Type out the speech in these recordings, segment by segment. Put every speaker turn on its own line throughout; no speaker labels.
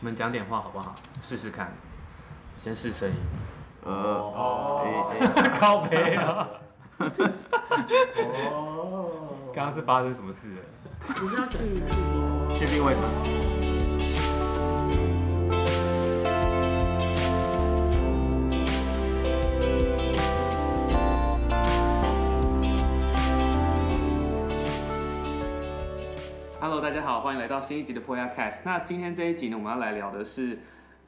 我们讲点话好不好？试试看，先试声音。
呃，
哦
哎哎
靠背啊！
哦，
刚刚是发生什么事了？
不是要去去
去另外一场。
Hello，大家好，欢迎来到新一集的 Poya Cast。那今天这一集呢，我们要来聊的是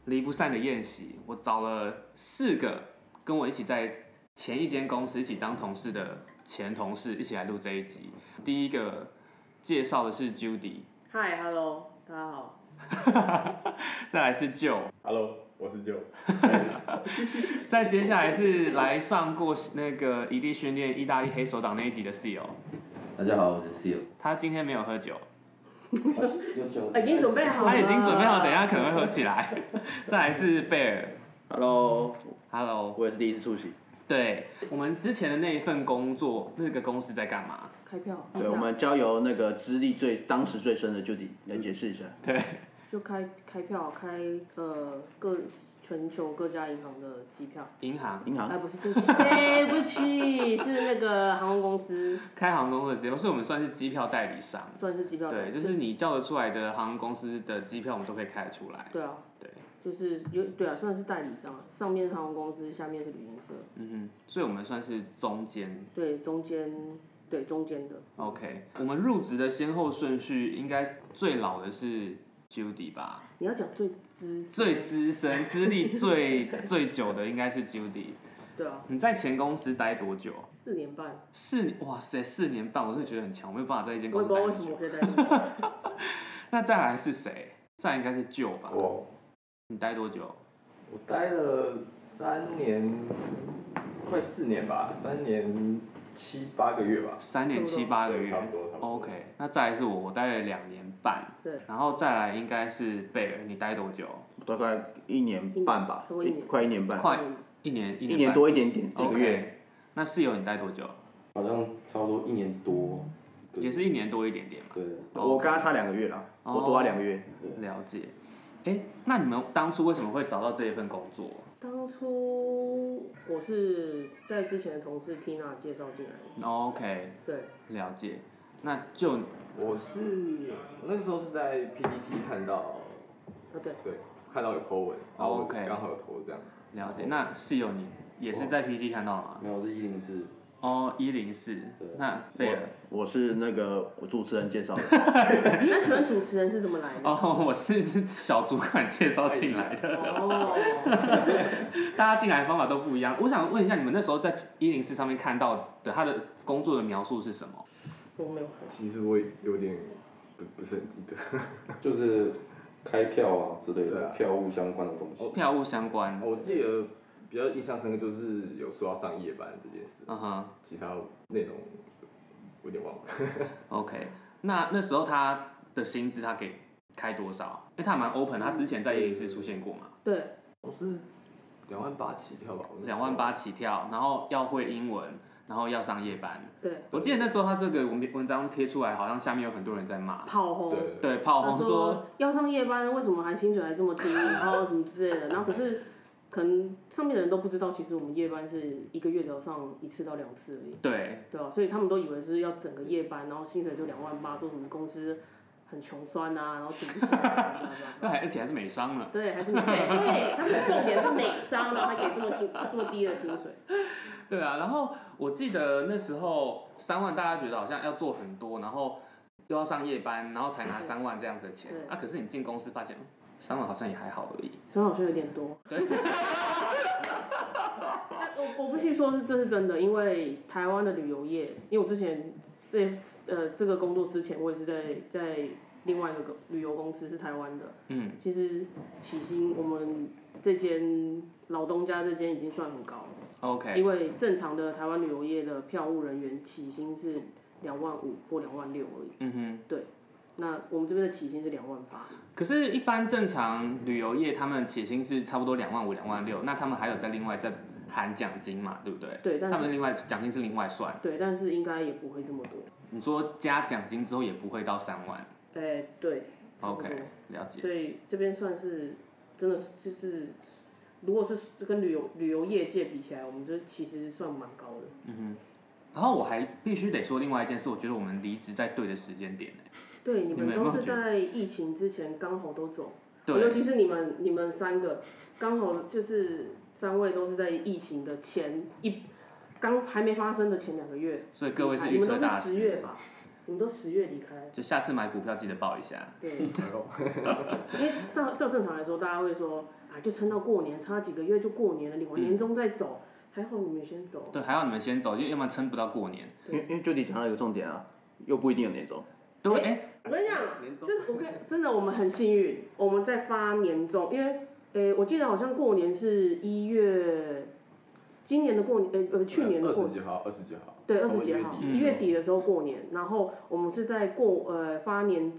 离不散的宴席。我找了四个跟我一起在前一间公司一起当同事的前同事一起来录这一集。第一个介绍的是 Judy，
嗨，Hello，大家好。
再来是 Joe，
？Hello，我是 Joe。
再接下来是来上过那个异地训练意大利黑手党那一集的 CEO，
大家好，我是 C
他今天没有喝酒。
O
已经准备好了。
他已经准备好，等一。下可能会合起来。 再来是贝尔
Hello，
，Hello。
我也是第一次出席。
对我们之前的那一份工作，那个公司在干嘛？
开票。
对，我们交由那个资历最当时最深的 Judy 来解释一下。
对，
就开开票，开呃各全球各家银行的机票。
银行
银行
哎，不是，对不起， 对不起，是那个航空公司，
开航空公司的直播，所以我们算是机票代理商。
算是机票。
对，就是你叫得出来的航空公司的机票，我们都可以开得出来。
对啊，
对，
就是有对啊，算是代理商啊，上面是航空公司，下面是旅行社，
嗯哼，所以我们算是中间。
对，中间对中间的。
OK，我们入职的先后顺序，应该最老的是 Judy 吧？
你要讲最资深
最资深、资历最最久的应该是 Judy。
对啊，
你在前公司待多久？
四年半，
四哇塞，四年半，我真的觉得很强，我没有办法在一间
我
公
也
司
不知
待
道
那么
为什么我
久。
可以在这里。
那再来是谁？再来应该是舅吧？
我
你待多久？
我待了三年，快四年吧，三年七八个月吧。
三年七
差不多
八个月
差不多差不。多
OK，那再来是我，我待了两年半。
对。
然后再来应该是贝尔，你待多久？
大概一年半吧
差不多一，年
快一年半，
快一年，
一
一年
年多一点点，
半
几个月。。
OK 那室友你待多久？
好像差不多一年多，对
也是一年多一点点嘛。
对，
我跟他差两个月啦，
哦
我多他两个月。
了解。哎，那你们当初为什么会找到这一份工作？
当初我是在之前的同事 Tina 介绍进来的，
哦 OK，
对，
了解。那就
我是我那时候是在 PPT 看到，
啊对，
对，看到有 po 文，然后
哦 OK
刚好有投这样。
了解。那室友你也是在 PT 看到吗？
没有是一零四，
哦，一零四。那贝尔。
我是那个我主持人介绍的，
那请问主持人是怎么来的？
哦，我是 小主管介
哎
绍进来的，
哦，
大家进来的方法都不一样。我想问一下，你们那时候在一零四上面看到的他的工作的描述是什么？
我没有看，
其实我也有点不不是很记得。
就是开票啊哦之类
对
的、
啊
票务相关的东西。
票务相关。
我记得比较印象深刻就是有说要上夜班这件事，
嗯哼
其他内容我有点忘了。
，OK。那那时候他的薪资他给开多少？因为他还蛮 open，他之前在一零四出现过嘛，
对，
我是两万八起跳吧，我那时候
两万。八起跳，然后要会英文，然后要上夜班。
对，
我记得那时候他这个文文章贴出来，好像下面有很多人在骂，
跑红，
对，
对，炮
他
轰说
说要上夜班，为什么还薪水还这么低，然后什么之类的，然后可是。可能上面的人都不知道，其实我们夜班是一个月只要上一次到两次而已，
对，
对啊吧、所以他们都以为是要整个夜班，然后薪水就两万八，说什么公司很穷酸啊，然后请不起来啊，blah blah blah
那还而且还是美商呢。
对，还是美， 对，他们的重点是美商，然后还给这么薪这么低的薪水，
对啊，然后我记得那时候三万，大家觉得好像要做很多，然后又要上夜班，然后才拿三万这样子的钱
对。
啊，可是你进公司发现嗯三万好像也还好而 已。
所以好像有点多。
对
但我我不去说是这是真的，因为台湾的旅游业，因为我之前这呃这个工作之前，我也是在在另外一个公旅游公司是台湾的，
嗯，
其实起薪我们这间老东家这间已经算很高了，
，OK，
因为正常的台湾旅游业的票务人员起薪是两万五或两万六而已，
嗯哼。
那我们这边的起薪是两万八。
可是，一般正常旅游业他们起薪是差不多两万五、两万六，那他们还有在另外再含奖金嘛，对不对？
对，
他
但
们
是
另外奖金是另外算，
对，但是应该也不会这么多。
你说加奖金之后也不会到三万，
哎、对，差不多
OK，了解。
所以这边算是真的是就是，如果是跟旅游旅游业界比起来，我们这其实算蛮高的。
然后我还必须得说另外一件事，我觉得我们离职在对的时间点、欸、
对，
你
你
们
们
有没
都
有
是
觉
在疫情之前刚好都走，尤
对，
其是你们你们三个刚好就是三位都是在疫情的前一刚还没发生的前两个月，
所以各位是
你
预
们
测
都是
大
十月
师，
吧？你们都十月离开，
就下次买股票记得报一下。
对。
哎呦
因为照照正常来说，大家会说啊，就撑到过年，差几个月就过年了，
嗯
领完年终再走。还好你们先走，
对，还好你们先走，因为要不然撑不到过年。
因为因为 Judy 讲到一个重点啊，又不一定有那种。
对，
哎
哎、
我跟你讲，这是我跟真的我们很幸运，我们在发年终，因为诶、我记得好像过年是一月，今年的过年，诶、呃去年的
二
过
十
年，
几号，二十几号，
对，二
差不
十
多
几
月
号
底
嗯
一月底的时候过年，然后我们是在过呃发年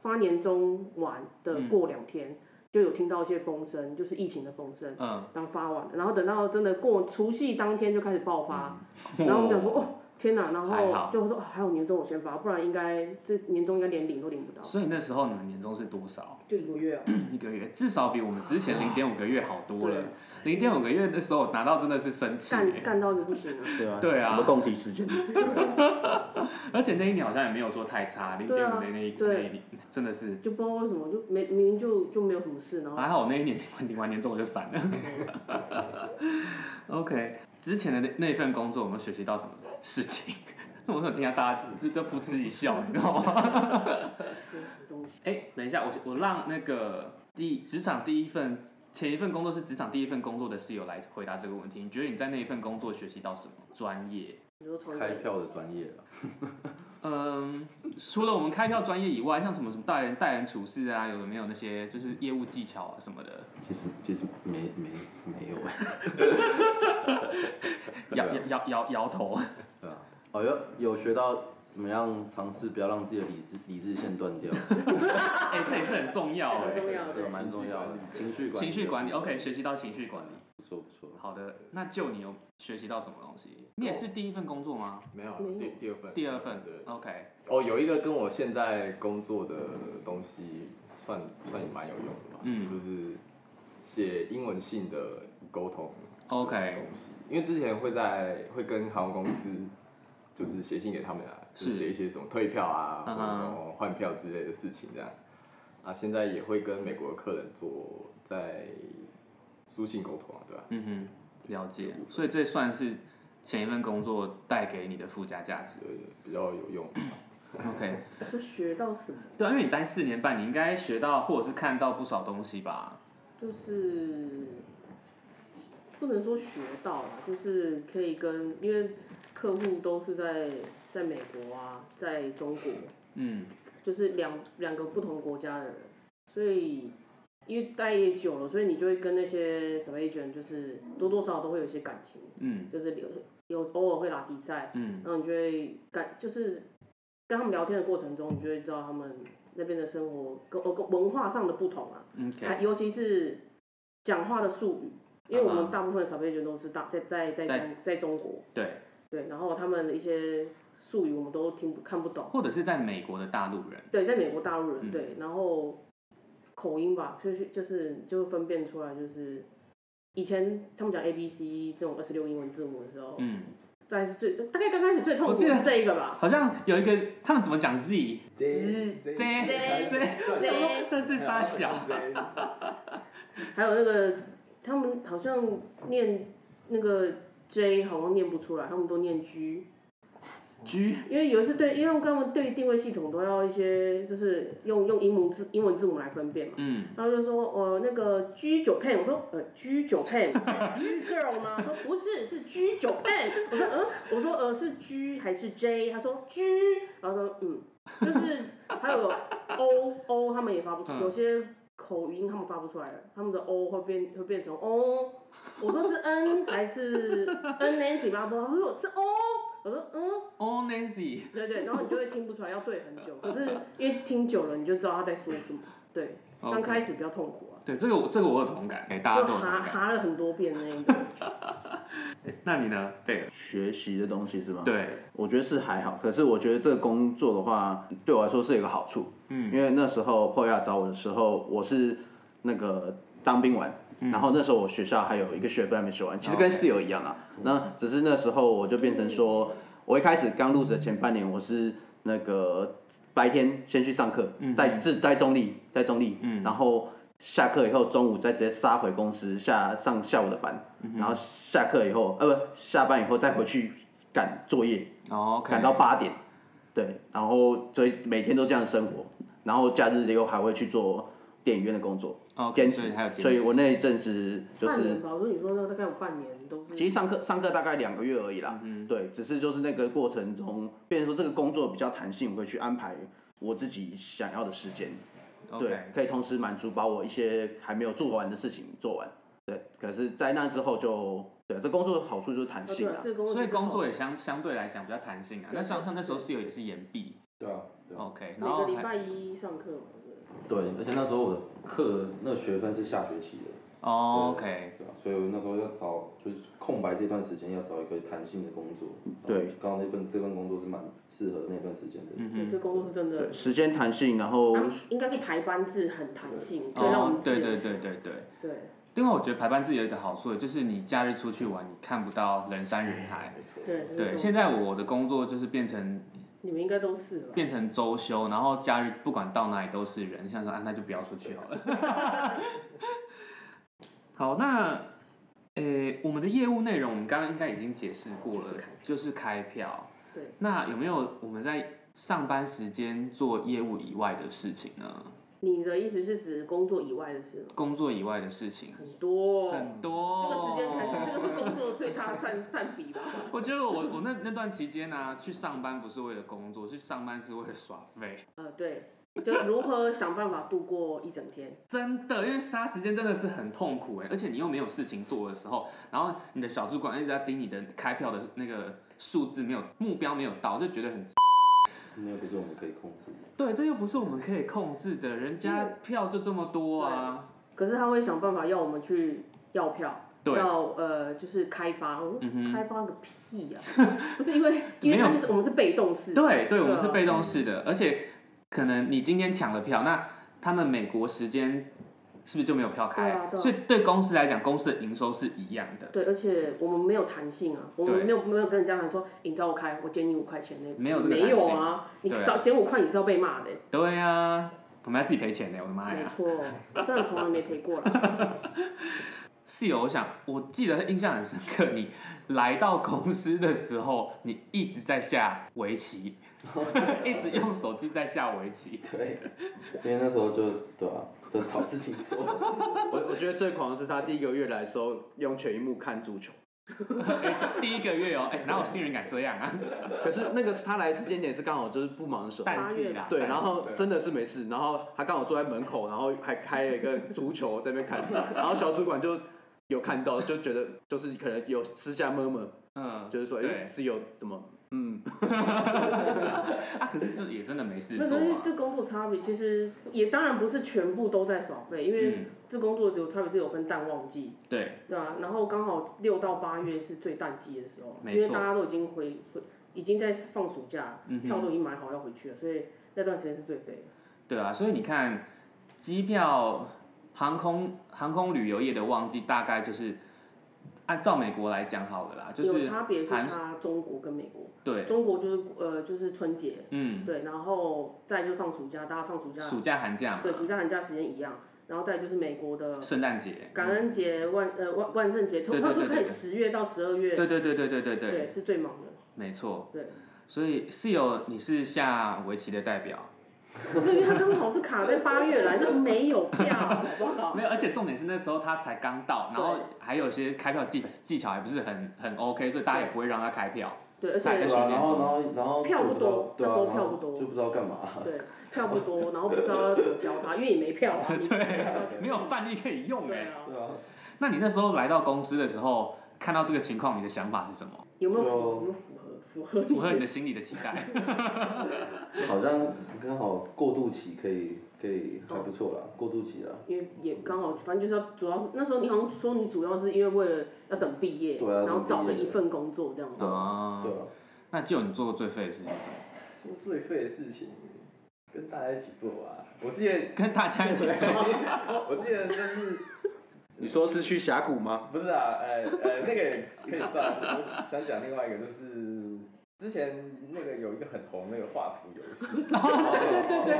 发年终完的
嗯
过两天，就有听到一些风声，就是疫情的风声。
嗯，
然后发完了，然后等到真的过除夕当天就开始爆发，然后我们想说
哦
哦天哪，然
还好
后就说、哦、还有年终我先发，不然应该这年终应该连领都领不到，
哦所以那时候你们年终是多少？
就一个月啊，
一个月至少比我们之前零点五个月好多
啊对
了。，零点五个月那时候拿到真的是生气、
干
欸
干到一个不行啊，
对啊，
对啊
什么供体时间？
而且那一年好像也没有说太差，零
对
点
啊
五的那一那
对
一年真的是
就不知道为什么就没明明就就没有什么事，然后
还好，那一年领完年终我就散了。OK，之 前的那那份工作，我们学习到什么事情？ 那我怎么听到大家这都噗嗤一笑，你知道吗？
没有什么东西，
哎、等一下，我我让那个第职场第一份前一份工作是职场第一份工作的室友来回答这个问题。你觉得你在那一份工作学习到什么专业？
你说从
开票的专业了，
嗯，除了我们开票专业以外，像什么什么待人待人处事啊，有的没有那些就是业务技巧啊什么的，
其实其实没没没有哎，
摇摇摇摇摇头。
对啊，哦有有学到怎么样尝试不要让自己的理智理智线断掉，
哎、这也是很重要哎、
很重要对
这个蛮重要的，情绪管理
情绪管理，OK，学习到情绪管理。
不错不错，
好的，那就你有学习到什么东西？你也是第一份工作吗？
没有啊
没有
第第二份，
第二份
对。
，OK，
哦，有一个跟我现在工作的东西算算也蛮有用的吧，
嗯
就是写英文信的沟通
OK
这种东西，因为之前会在会跟航空公司就是写信给他们啊，就是写一些什么退票啊，
嗯
什么什么换票之类的事情这样，啊，现在也会跟美国的客人做在书信沟通啊，对吧、
嗯哼，了解。所以这算是前一份工作带给你的附加价值。
对，比较有用。
OK，
就学到什么，
对啊，因为你待四年半，你应该学到或者是看到不少东西吧？
就是不能说学到啦，就是可以跟因为客户都是在在美国啊，在中国。
嗯，
就是两两个不同国家的人，所以因为待也久了，所以你就会跟那些什么 agent 就是多多少少都会有一些感情，
嗯，
就是有有偶尔会拉比赛，
嗯，
然后你就会感就是跟他们聊天的过程中，你就会知道他们那边的生活跟呃跟文化上的不同啊，
嗯
啊
，OK，
尤其是讲话的术语，因为我
啊哈
们大部分的 s u b agent 都是大在在在
在
中在中国，
对，
对，然后他们的一些术语我们都听不看不懂。
或者是在美国的大陆人，
对，在美国大陆人、
嗯
对，然后口音吧，就是就是就会分辨出来，就是以前他们讲 A B C 这种二十六英文字母的时候，
嗯，
再是最大概刚开始最痛
我
苦
记得
的是这一个吧，
好像有一个他们怎么讲 Z
这
Z Z，
对
那是沙 小，
还有那个他们好像念那个 J 好像念不出来，他们都念 G，
G
因为有一次对，因为他们对定位系统都要一些就是用用英文字英文字母来分辨嘛。
嗯。
然后就说，呃，那个 G 九 pen，我说，呃，G 九 pen 是 G girl 吗？他说不是，是 G 九 pen。我说，嗯，我说，呃，是 G 还是 J？他说 G，然后说，嗯，就是还有 O O，他们也发不出，
嗯
有些口音他们发不出来了，他们的 O 会变会变成 O。我说是 N 还是 N Nancy 吗？他说是 O。我说嗯，
哦 Nancy，
对对，然后你就会听不出来，要对很 久。可是因为听久了，你就知道他在说什么。对，刚
OK
开始比较痛苦啊。
对这个我这个我有同感，哎、大家
就
都有同
哈
感。
哈了很多遍那一个。
那你呢？贝尔？
学习的东西是吗？，
对，
我觉得是还好，可是我觉得这个工作的话，对我来说是有个好处，
嗯
因为那时候 p o y a 找我的时候，我是那个当兵完，然后那时候我学校还有一个学分还没学完，其实跟室友一样啊。那只是那时候我就变成说，我一开始刚入职的前半年，我是那个白天先去上课，在自在中立，在中立，然后下课以后中午再直接杀回公司下上下午的班，然后下课以后呃不下班以后再回去赶作业，
哦，OK，
赶到八点，对，然后所以每天都这样生活，然后假日又还会去做电影院的工作，
哦，
兼
所
职
以还有兼，职
所以我那一阵子就
半年
是，
吧，我跟你说，那个大概有半年都是。
其实上课上课大概两个月而已啦，
嗯
对，只是就是那个过程中，变成说这个工作比较弹性，我会去安排我自己想要的时间，对
OK，，
可以同时满足把我一些还没有做完的事情做完，对，可是，在那之后就，对，这工作的好处就是弹
哦
性
对啊
啦，
这个工作
所以
就是
工作
好
也相相对来讲比较弹性啊。
对
那像像那时候室友也是延毕
对啊，对啊，
，OK，
每
然后
个礼
还
拜一上课嘛，对
对，而且那时候我的课那个学分是下学期的，
哦，OK，
对啊，所以我那时候要找就是空白这段时间要找一个弹性的工作。
对，
刚好那份这份工作是蛮适合那段时间的。
嗯
对，
哼，
这工作是真的
对，。时间弹性，然后
啊应该是排班制很弹性，可以让我
哦
们，自
对
由
对
选
对对对。
对，
另外，我觉得排班制有一个好处，就是你假日出去玩，你看不到人山人海。
没错。
对
对，现在我的工作就是变成
你们应该都是吧？
变成周休，然后假日不管到哪里都是人，像说啊，那就不要出去好了。 好，那呃，我们的业务内容我们刚刚应该已经解释过了，就是开票。
对，
那有没有我们在上班时间做业务以外的事情呢？
你的意思是指工作以外的事吗？
工作以外的事情
很多，
很
这
多，
个时间才是这个是工作最大的占占比吧？
我觉得我我那那段期间呢、啊去上班不是为了工作，去上班是为了耍废。
呃，对，就如何想办法度过一整天。
真的，因为杀时间真的是很痛苦哎，而且你又没有事情做的时候，然后你的小主管一直在盯你的开票的那个数字没有目标没有到，就觉得很
那又不是我们可以控制的。
对，这又不是我们可以控制的，人家票就这么多啊。
可是他会想办法要我们去要票，
对
要呃就是开发，我说
嗯哼
开发个屁 呀、不是因为因
没有
为他就是我们是被动式，
对对，我们是
对啊
被动式的，而且可能你今天抢了票，那他们美国时间是不是就没有票
对
开？
啊对啊
所以对公司来讲，公司的营收是一样的。
对，而且我们没有弹性啊，我
对
们没有没有跟人家讲说，欸你找我开，我减你五块钱那
没有这个
没有
弹性
啊，你
对啊
少减五块你是要被骂的、
对呀、我们要自己赔钱呢，我的妈
没
哎呀！
错，虽然从来没赔过了，
室友，我想我记得印象很深刻，你来到公司的时候，你一直在下围 棋，一直用手机在下围棋。
对，因为那时候就对啊，就找事情 做。
我我觉得最狂的是他第一个月来的时候，用全荧幕看足球。
哎第一个月哦，哎、哪有新人敢这样啊？
可是那个是他来的时间点是刚好就是不忙的时候，
淡季啦，
对，
淡季
然后真的是没事，然后他刚好坐在门口，然后还开了一个足球在那边看，然后小主管就有看到，就觉得就是可能有私下摸摸，
嗯，
就是说
对
哎是有怎么嗯，
啊，可是这也真的没事
那
做
可是
啊。
这工作差别其实也当然不是全部都在耍费，因为
嗯，
这工作有差别是有分淡旺季，
对，
对啊，然后刚好六到八月是最淡季的时候，
没
因为
错
大家都已经回回已经在放暑假，
嗯
票都
哼，
已经买好要回去了，所以那段时间是最废的。
对啊，所以你看，机票、航空、航空旅游业的旺季大概就是，按照美国来讲好了啦，就
有
是
差别是
韩
差中国跟美国，
对，
中国就是呃就是春节，
嗯，
对，然后再就是放暑假，大家放暑假，
暑假、寒假嘛，
对，暑假寒假时间一样，然后再就是美国的
圣诞节，
感恩节、万呃万万圣节，从
对对
那就
对对
可以
对
十月到十二月，
对对对对对对对，
对，是最忙的。
没错。
对，
所以室友，你是下围棋的代表，
对，因为他刚好是卡在八月来，那时候没有票，好不好？
没有，而且重点是那时候他才刚到，然后
哦对
还有一些开票技技巧还不是很很 OK，所以大家也不会让他开票。
对，而
大概
且
对
是
啊，然后然后然后
票不多
对啊，
那时候
然
票
后
不多
就不知道干嘛。
对票不多，然后不知道要怎么教他，因为也没票啊。你
对，没有范例可以用
对
哎。
啊，
对啊，
那你那时候来到公司的时候，看到这个情况，你的想法是什么？
有没有符
就
有没有符合符符合你
符合你的心理的期 待。
好像刚好过渡期可以可以还不错啦，过渡期啦。
因为也刚好，反正就是要主要是那时候你好像说你主要是因为为了要等毕业，
对啊
然后找了
等毕业
一份工作这样子。
啊
对，啊，
那就你做过最废的事情是什么？
做最废的事情，跟大家一起做吧。我记得，
跟大家一起 做。
我记得就是
你说是去峡谷吗？
不是啊，呃呃，那个也可以算。我想讲另外一个，就是之前那个有一个很红那个画图游 戏，
对对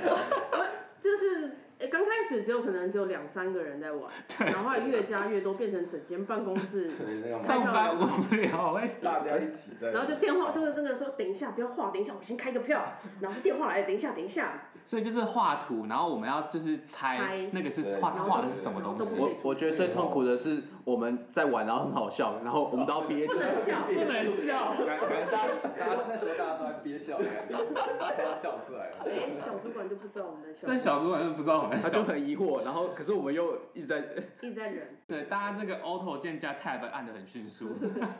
对，就是呃刚开始只有可能只有两三个人 在玩，然后后来越加越多，变成整间办公室，
对那个
上班无聊哎、
大家一起在，
然后就电话，就是那个说等一下不要画，等一下我先开个 票，然后电话来，等一下等一下，
所以就是画图，然后我们要就是猜
猜
那个是
对
画
然后
画
就
的是什么
然后
东
都
西
不，
我我觉得最痛苦的是我们在玩，然后很好笑，然后我们都要憋
不
气。
能笑，
不能笑。
感感觉大家大家那时候大家都在憋笑的感觉，快要笑出来了。
哎，小主管就不知道我们在笑，
但小主管是不知道我们在
他
笑。
就很疑惑，然后可是我们又一直在，
一直在忍，
对，大家那个 Auto 键加 Tab 按的很迅 速，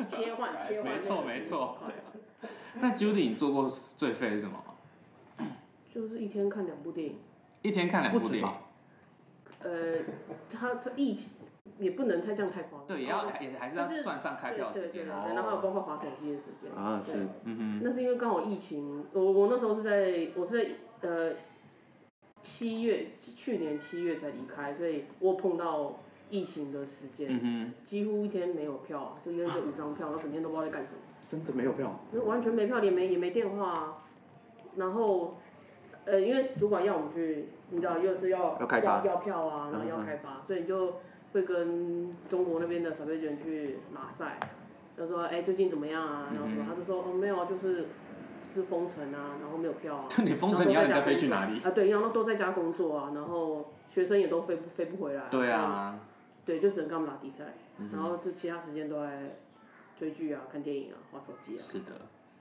切换 切换，
没错没错。那 Judy 你做过最废是什么？
就是一天看两部电影。
一天看两部
不止
电影
吧？
呃，他他疫情也不能太这样太夸张，
对，也要也还是要
哦就是
算上开票
对
时
对对对，
间。哦
然后还有包括划手机的时间
啊是
对
嗯
那是因为刚好疫情，我我那时候是在我是在呃七月去年七月才离开，所以我碰到疫情的时
哼，
间，
嗯
几乎一天没有票啊，就一天就五张票，然后整天都不知道在干什么。
真的没有票，
就完全没票，也没也没电话、啊，然后，呃，因为主管要我们去，你知道，又是要
要开发
要要票啊，然后要
嗯嗯
开发，所以就会跟中国那边的小飞卷去拉赛，就说哎最近怎么样啊，然后什么
嗯嗯
他就说哦没有啊，就是就是封城啊，然后没有票啊
哼，，就 你封
然
城，
后都
你要
在
人
家
家飞去哪里？
啊对，然后都在家工作啊，然后学生也都飞不飞不回来、
对，啊，
对，就只能跟他们拉比赛，
嗯
然
哼，
后就其他时间都在追剧啊、看电影啊、玩手机啊，
是的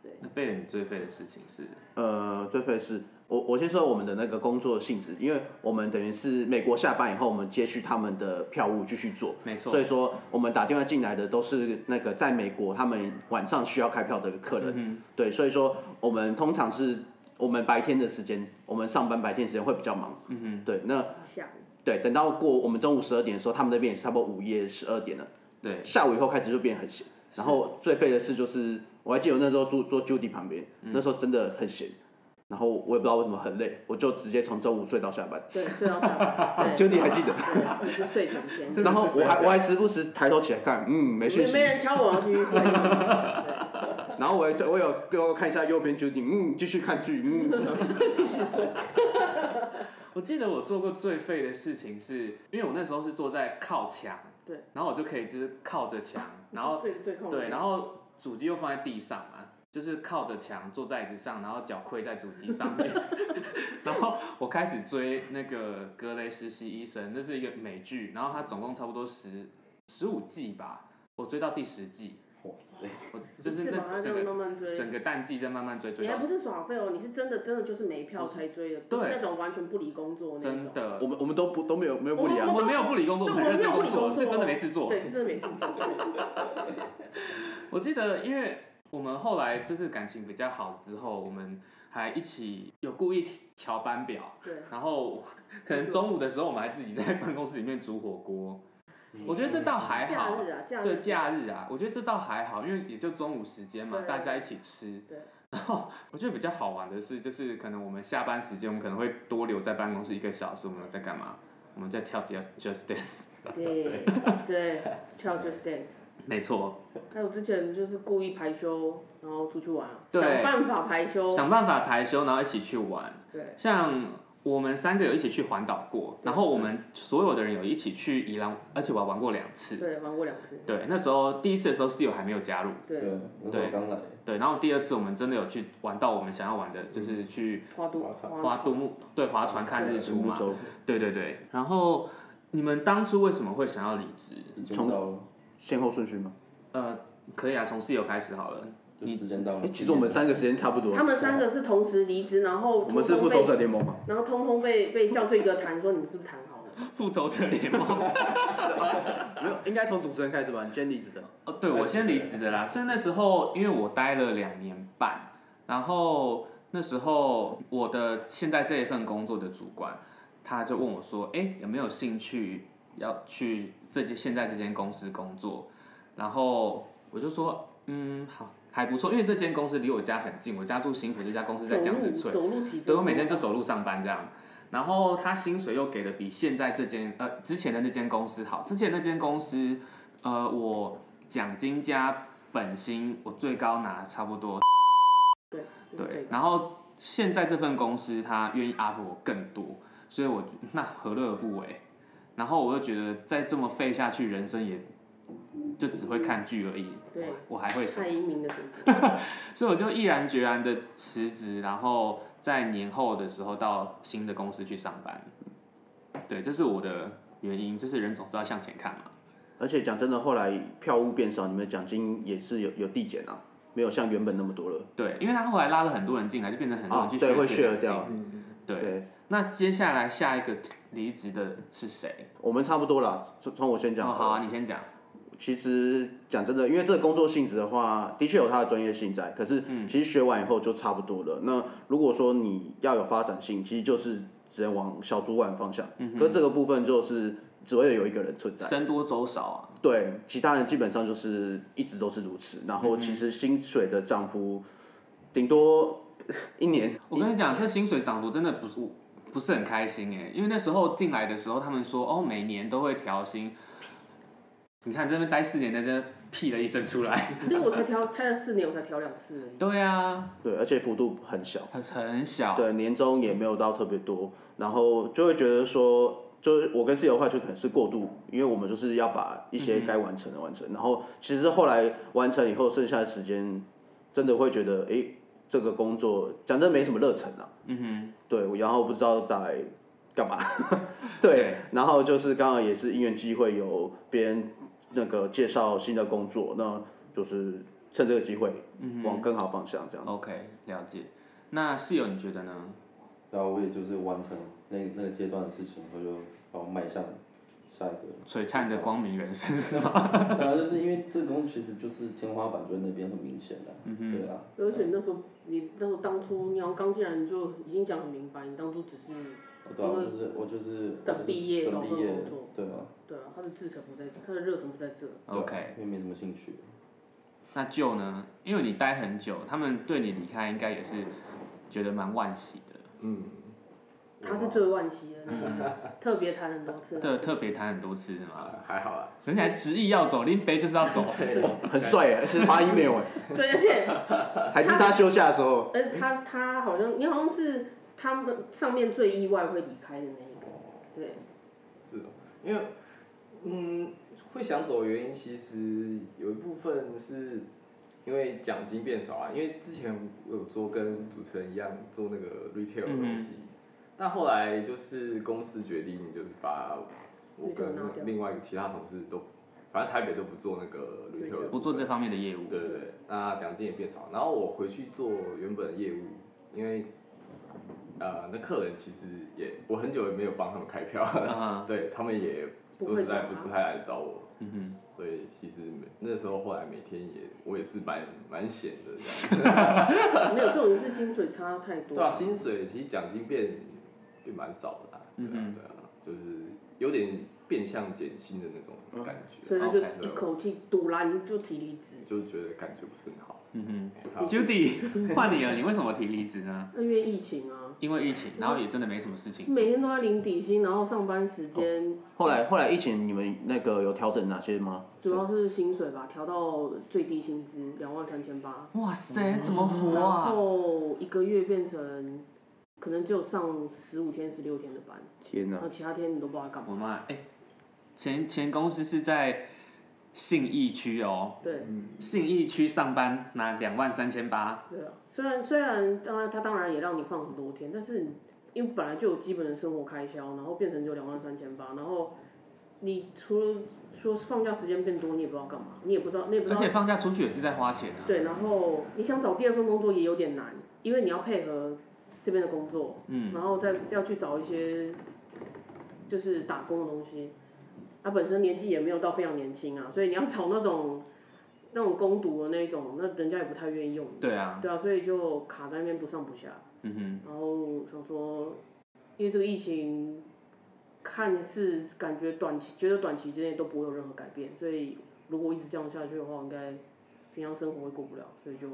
对。
那贝尔你最废的事情是？
呃，最费是，我我先说我们的那个工作性质，因为我们等于是美国下班以后，我们接续他们的票务继续做，
没错
所以说我们打电话进来的都是那个在美国他们晚上需要开票的客人，
嗯
对，所以说我们通常是我们白天的时间，我们上班白天时间会比较忙，
哼，嗯
对，那
下午。
对，等到过我们中午十二点的时候，他们那边也是差不多午夜十二点了。
哼，对，
下午以后开始就变很闲。然后最废的事就是，我还记得我那时候住坐 Judy 旁边，那时候真的很闲。然后我也不知道为什么很累，我就直接从中午睡到下班。
对，睡到下 班。
Judy 还记得？
得？就是睡整天，
真的
然后
是睡
我
到下
还
班
我还时不时抬头起来看，嗯，没讯
没
息
没。人敲我，然后继续睡。对
然后我还我有给我看一下右边 Judy，嗯，继续看剧，嗯，
我记得我做过最废的事情是，因为我那时候是坐在靠墙，
对，
然后我就可以就是靠着 墙，然后
哦最最痛苦
对，然后主机又放在地上嘛，就是靠着墙坐在椅子上，然后脚跪在主机上 面， 然后我开始追那个格雷实习医生，那是一个美剧，然后它总共差不多十十五季吧，我追到第十季，
哇塞，
我就是
把它
那
这
整
样慢
个
慢追。
整个淡季在慢慢追追
你
到
还不是耍废哦，你是真的真的就是没票才追的，不是
对
那种完全不理工作那
真
种。
的
我，们我们都不都没有没有不理啊
我
我。们没有不理工作，
对，
我
我
们
没
认真
有不理
工
工
作，
作，
是真的没事做。
对，是真的没事做。
我记得，因为我们后来就是感情比较好之后，我们还一起有故意调班表，
对，
然 后可能中午的时候，我们还自己在办公室里面煮火锅。我觉得这倒 还
假
好
日，啊，嗯假日
对假日啊，我觉得这倒还好，因为也就中午时间嘛，
对
大家一起吃。
对。
然后我觉得比较好玩的是，就是可能我们下班时间，我们可能会多留在办公室一个小时，我们在干嘛？我们在跳 Just Just Dance。
对对，跳 Just Dance。
没错，
还有之前就是故意排休，然后出去玩啊，
对
想办法排休。
想办法排休，然后一起去玩。
对，
像我们三个有一起去环岛过，然后我们所有的人有一起去宜兰，而且我还玩过两次。
对，玩过两次。
对，那时候第一次的时候室友还没有加入，
对，
啊
对，啊我时候刚来，
对，然后第二次我们真的有去玩到我们想要玩的，就是去
花都
划船
花杜牧对划船看日出嘛
泸，州
对对对。然后你们当初为什么会想要离职？
时间到了，
先后顺序吗？
呃，可以啊，从室友开始好了。
就时间到了
哎，。其实我们三个时间差不多
他。们三个是同时离职，然后
我们是复
通通
仇
被
者联盟嘛？
然后通通被被叫去一个谈，说你们是不是谈好了？
复仇者联盟。
没有，应该从主持人开始吧，你先离职的。
哦，对，我先离职的啦。所以那时候，因为我待了两年半，然后那时候我的现在这一份工作的主管，他就问我说：“哎，有没有兴趣要去这间现在这间公司工作？”然后我就说：“嗯，好，还不错，因为这间公司离我家很近，我家住新浦，这家公司在
走
江
路
子翠。”
走路几分
对，
钟？
我每天就走路上班这样。然后他薪水又给的比现在这间呃之前的那间公司好，之前那间公司呃我奖金加本薪我最高拿差不多
对
对，，然后现在这份公司他愿意 offer 我更多，所以我那何乐而不为？然后我就觉得再这么废下去，人生也就只会看剧而已，
对
我还会什么
蔡？英明的工作，
所以我就毅然决然的辞职，然后在年后的时候到新的公司去上班。对，这是我的原因，就是人总是要向前看嘛。
而且讲真的，后来票务变少，你们奖金也是有有递减啊，没有像原本那么多了。
对，因为他后来拉了很多人进来，就变成很多人
啊，
去
对，会
学
削
奖金。
掉。
嗯
对，
对，
那接下来下一个离职的是谁？
我们差不多了，从从我先讲。
哦，好啊，你先讲。
其实讲真的，因为这个工作性质的话，的确有它的专业性在，可是
嗯
其实学完以后就差不多了。那如果说你要有发展性，其实就是只能往小主管方向。
嗯
可
哼，
这个部分就是只会有一个人存在，
僧多粥少啊。
对，其他人基本上就是一直都是如此。然
嗯
后其实薪水的涨幅，顶多一年。
我跟你讲，这薪水涨幅真的不是不是很开心哎，因为那时候进来的时候，他们说哦，每年都会调薪。你看这边待四年，在这屁了一声出来。
因为我才调，开了四年，我才调两次而已。
对啊，
对，而且幅度很小。
很很小。
对，年终也没有到特别多，然后就会觉得说，就是我跟室友的话就可能是过度，因为我们就是要把一些该完成的完成，然后其实后来完成以后，剩下的时间真的会觉得，诶，这个工作讲真没什么热忱啊，
嗯
对，我然后不知道在干嘛，
对
对，然后就是刚好也是因缘机会有别人那个介绍新的工作，那就是趁这个机会往更好方向这样
哼。，OK，了解。那室友你觉得呢？
然啊后我也就是完成那那个阶段的事情，我就把我迈向下一个。
璀璨的光明人生是吗？
然后就是因为这个东西其实就是天花板就在那边很明显的、
嗯
对啊。
而且那时候你那时候当初你要刚进来，你就已经讲很明白，你当初只是
对啊，我就是我就是
等
我就是
毕业
等
找份
毕业
工作，
对啊，
对啊，他的志程不在这，他的热忱不在这。
对啊
哎
OK
因为没什么兴趣。
那舅呢？因为你待很久，他们对你离开应该也是觉得蛮惋惜的，
嗯，
他是最惋惜的那 个，特别谈很多次。
特特别谈很多次是吗？
还好啦。
人家还执意要走，拎杯就是要 走。
很帅耶，是发 email 耶
对，而且
还是他休假的时候。
而他他好像你好像是他们上面最意外会离开的那一个，对，
是哦，因为嗯，会想走的原因其实有一部分是因为奖金变少啊，因为之前我有做跟主持人一样做那个 retail 的东西，
嗯
但后来就是公司决定就是把我
retail 拿掉
跟另外一个其他同事都，反正台北都不做那个 retail，的
不做这方面的业务。
对对对，那奖金也变少。然后我回去做原本的业务，因为呃，那客人其实也我很久也没有帮他们开票，
啊
对他们也
不
说
会
实在
找
不
他
不太来找我，
嗯哼，
所以其实每那时候后来每天也我也是蛮蛮闲的这样子。
没有这种是薪水差太多。
对啊，薪水其实奖金变变蛮少的、啊，对啊
嗯哼
对啊，就是有点变相减薪的那种
嗯
感
所以
觉，
他就
OK
一口气堵拦就提离职，
就觉得感觉不是很好。啊
嗯
好
哼，Judy，换你了，你为什么提离职呢？
那因为疫情啊，
因为疫情，然后也真的没什么事情做。
每天都在领底薪，然后上班时间
后来后来疫情，你们那个有调整哪些吗？
主要是薪水吧，调到最低薪资两万三千八，
哇塞，怎么活
然
啊？
后一个月变成可能只有上十五天、十六天的班，
天哪
然后！其他天你都不知道干嘛。
我妈，哎、前前公司是在信义区哦，
对
信义区上班拿两万三千八，
对啊，虽然虽然当然他当然也让你放很多天，但是因为本来就有基本的生活开销，然后变成只有两万三千八，然后你除了说放假时间变多，你也不知道干嘛，你也不知道，你也不知
而
道
且放假出去也是在花钱啊。
对，然后你想找第二份工作也有点难，因为你要配合这边的工作，
嗯
然后再要去找一些就是打工的东西。他本身年纪也没有到非常年轻啊，所以你要找那种那种攻读的那种，那人家也不太愿意用。
对啊，
对啊，所以就卡在那边不上不下。
嗯哼，
然后想说，因为这个疫情，看似感觉短期，觉得短期之内都不会有任何改变，所以如果一直这样下去的话，应该平常生活会过不了，所以就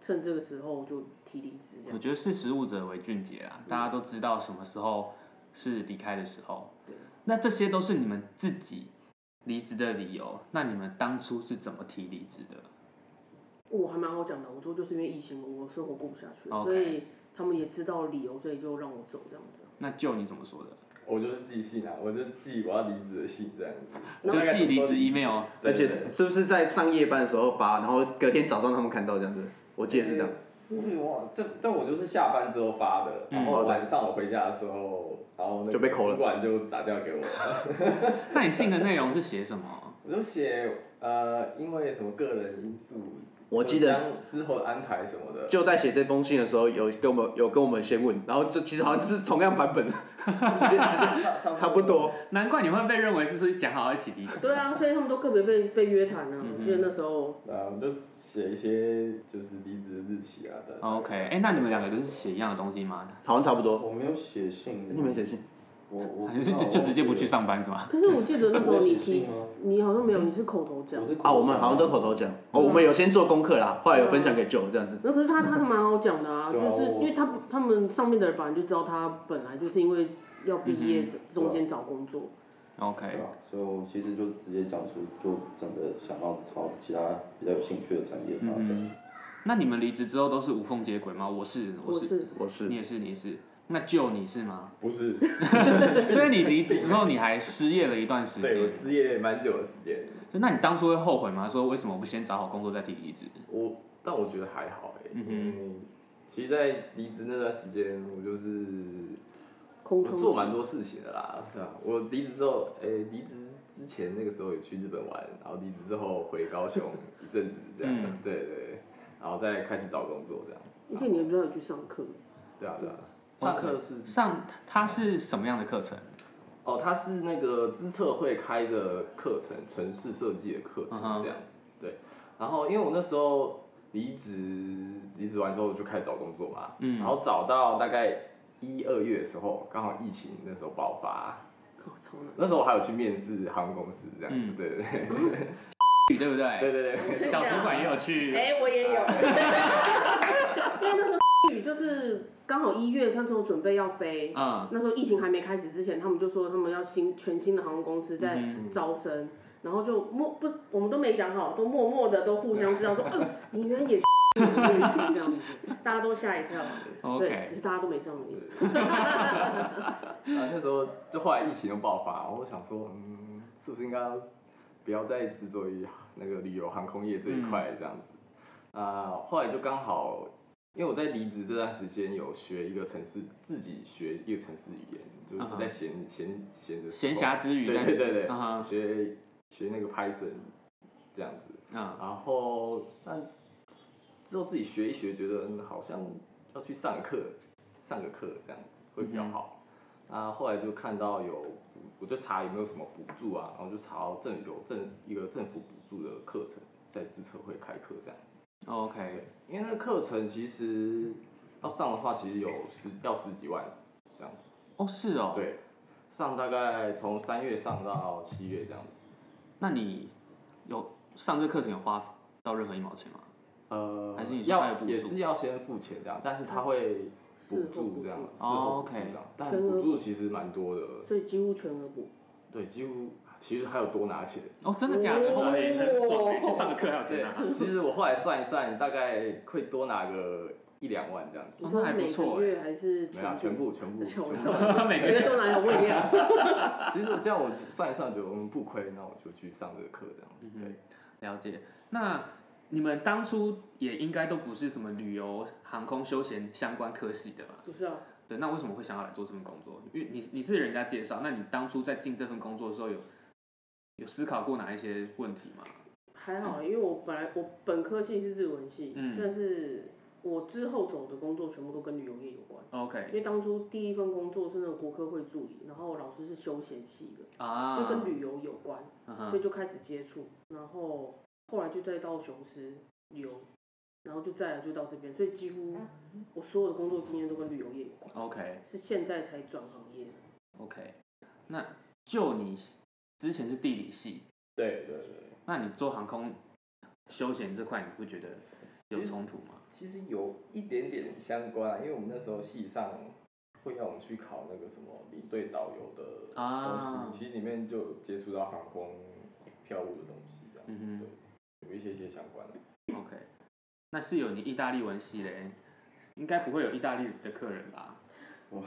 趁这个时候就提离职这
我
样。
觉得识时务者为俊杰啦，大家都知道什么时候是离开的时候
对。
那这些都是你们自己离职的理由，那你们当初是怎么提离职的？
我还蛮好讲的，我说就是因为疫情，我生活过不下去
OK
所以他们也知道理由，所以就让我走这样子。
那就你怎么说的？
我就是寄信啊，我就寄我要离职的信这样子，我大
就
概
寄离
什么时候
职 email，
对
啊而
对
且
对
是不是在上夜班的时候发，然后隔天早上他们看到这样子？我记得是这样。
我也忘了，这这我就是下班之后发的，
嗯
然后晚上我回家的时候，然后那个
就被扣了
主管就打电话给我，
那你信的内容是写什么？
我就写呃，因为什么个人因素，
我记得
之后的安排什么的，
就在写这封信的时候，有跟我们有跟我们先问，然后就其实好像就是同样 版本，直接直
差
接差不。多。
难怪你会被认为是说讲好一起离职。
对啊，所以他们都个别被被约谈啊。
嗯哼
我记得那时候
啊，我就写一些就是离职的日期啊等。
OK，哎、那你们两个都是写一样的东西吗？
好像差不多。
我没有写信，
你们写信？
我我
你是 就就直接不去上班是吗？
可是我记得那时候你
我写
提
信吗，
你好像没有，你是口头讲
我。是
啊，我们好像都口头讲。
嗯
哦，我们有先做功课啦，后来有分享给舅这样子。
那可是他他他蛮好讲的啊，就
对啊
是
我
因为他不他们上面的人本来就知道他本来就是因为要毕业中间找工作，
对
OK，
啊，所以我其实就直接讲出，就整个想要朝其他比较有兴趣的产业发展。
嗯，那你们离职之后都是无缝接轨吗？我是，
我
是，
是
我是
你也是，你也是。那就你是吗？
不是，
所以你离职之后，你还失业了一段时
对我
间。
失业蛮久的时间，
就那你当初会后悔吗？说为什么不先找好工作再提离职？
我但我觉得还好哎、
嗯哼
因为其实，在离职那段时间，我就是
空
我做
窗
蛮
期。
多事情的啦，对啊，我离职之后，诶、离职之前那个时候有去日本玩，然后离职之后回高雄一阵子这样，
嗯
对对对，然后再开始找工作这样，
而且你也不知道有去上课，
对啊对啊。上课是
上它是什么样的课程？
哦，他是那个资策会开的课程，城市设计的课程
嗯哼
这样子，对。然后因为我那时候离职，离职完之后我就开始找工作嘛，
嗯
然后找到大概一二月的时候，刚好疫情那时候爆发，
哦，超难。
那时候我还有去面试航空公司，这样，
嗯
对对 对，
对不
对
对？
对对，
小主管也有去。
哎，我也 有，因为那时候就是刚好一月，那时候准备要飞，
嗯，
那时候疫情还没开始之前，他们就说他们要新全新的航空公司在
嗯
招生，然后就默不，我们都没讲好，都默默的都互相知道说，嗯，你原来也面试这样子，大家都吓一跳。对，只
，OK，
是大家都没上瘾。
啊，那时候就后来疫情又爆发，我想说，嗯，是不是应该不要再执着于那个旅游航空业这一
嗯
块这样子？啊、后来就刚好，因为我在离职这段时间有学一个城市，自己学一个城市语言，就是在闲闲闲着
嗯闲暇之余
对
在
对对对，
嗯哼
学学那个 Python 这样子，
嗯
然后但之后自己学一学，觉得嗯好像要去上课，上个课这样会比较好。那后来就看到有，我就查有没有什么补助啊，然后就查到政有政一个政府补助的课程，在自测会开课这样。
，OK，
因为那个课程其实要上的话，其实有十要十几万这样子。
哦是哦，，
对，上大概从三月上到七月这样子。
那你有上这课程有花到任何一毛钱吗？
呃，
还是你说他有
要
补助
也是要先付钱这样，但是他嗯会补助这样，
是
事后补助
哦，OK
这样，但
全额
补助其实蛮多的，
所以几乎全额补。
对，几乎其实还有多拿 钱。
哦，真的假的？
哦
哇哎很爽哎，去上个课还有钱
对
拿。，
其实我后来算一算，大概会多拿个一两万这样子，
你
哦
说
那还不
每
错
个月还是
没
啊
有啊全？部全部全
全部
部
每
每
个
个
月
月都拿有问题。
其实这样我算一算，觉得嗯不亏，那我就去上这个课这样。
嗯了解。那你们当初也应该都不是什么旅游、航空、休闲相关科系的吧？
不是啊，
对，那为什么会想要来做这份工作？因为你你是人家介绍，那你当初在进这份工作的时候有有思考过哪一些问题吗？
欸还好，因为我本来我本科系是日文系，
嗯
但是我之后走的工作全部都跟旅游业有关，因
，OK
为当初第一份工作是那个国科会助理，然后老师是休闲系的，
啊，
就跟旅游有关，
嗯哼
所以就开始接触，然后后来就再到雄狮旅游，然后就再来就到这边，所以几乎我所有的工作经验都跟旅游业有关，
OK
是现在才转行业的。
OK，那就你之前是地理系，
对对对。
那你做航空休闲这块，你不觉得有冲突吗？
其实有一点点相关啊，因为我们那时候系上会让我们去考那个什么领队导游的东西，
啊
其实里面就有接触到航空票务的东西啊这样，
嗯
对，有一些些相关的。
哼，OK，那是有你意大利文系嘞，应该不会有意大利的客人吧？
我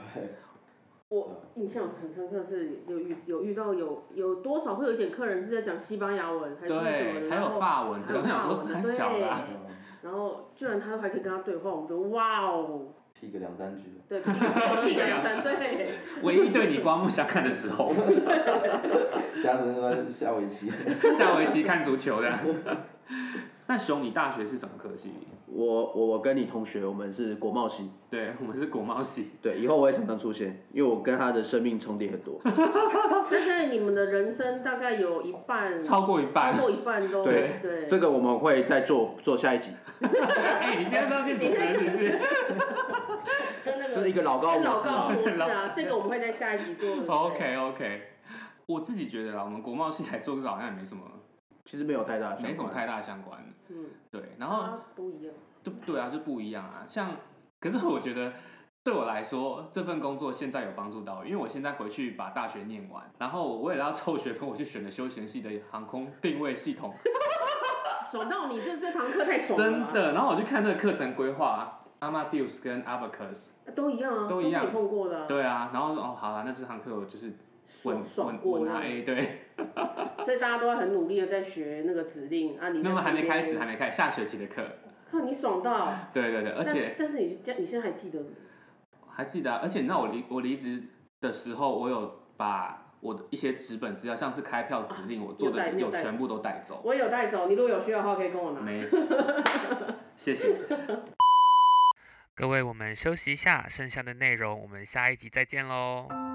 我印象很深刻是有遇有遇到有有多少会有一点客人是在讲西班牙文还是什么的，
对，还
然
有
后
法文的，我
还有
想
法
说
文的
很小的
嗯
啊，
对然后居然他都还可以跟他对话，我们就哇哦，
屁个两三句，
对，比比两三对，
唯一对你刮目相看的时候，
其他时间都在下围棋。
下围棋看足球的。 那熊，你大学是什么科系？
我我我跟你同学，我们是国贸系，
对我们是国贸系，
对，以后我也常常出现，因为我跟他的生命重叠很多。
大概你们的人生大概有一半
超过一半
嗯超。过一半都
对
对，
这个我们会再做做下一集，
哎、你现在上去主持人是不是？
跟那
这
个
是一个老高模
老
式
高
啊。
博士 啊，这个我们会在下一集做。对
OK OK，我自己觉得啦，我们国贸系来做这好像也没什么，
其实没有太大的相关，
没什么太大相关的。
嗯，
对，然后
啊不一样，
就对啊，就不一样啊。像，可是我觉得对我来说，这份工作现在有帮助到我，因为我现在回去把大学念完，然后我为了要凑学分，我去选了休闲系的航空定位系 统，
爽到你这这堂课太爽了，
真，的。然后我去看那个课程规划。Amadeus 跟 Abacus，
都一样啊，
都一样
是你碰过的啊，
对啊，然后说哦，好啦，那这堂课我就是稳
爽爽
稳
过
稳
那
拿
种
A，对，哎
所以大家都要很努力的在学那个指令啊。你
那么还没开始，还
看
没开始下学期的课，
你爽到，
对对对，而且
但但是你这样，你现在还记得
还记得、啊，而且那我离我离职的时候，我有把我的一些纸本资料，像是开票指令，我做
有带
的
你有
有
带
全部都带走。
我有带走，你如果有需要的话可以跟我拿。
没 错，谢谢。
各位，我们休息一下，剩下的内容我们下一集再见喽。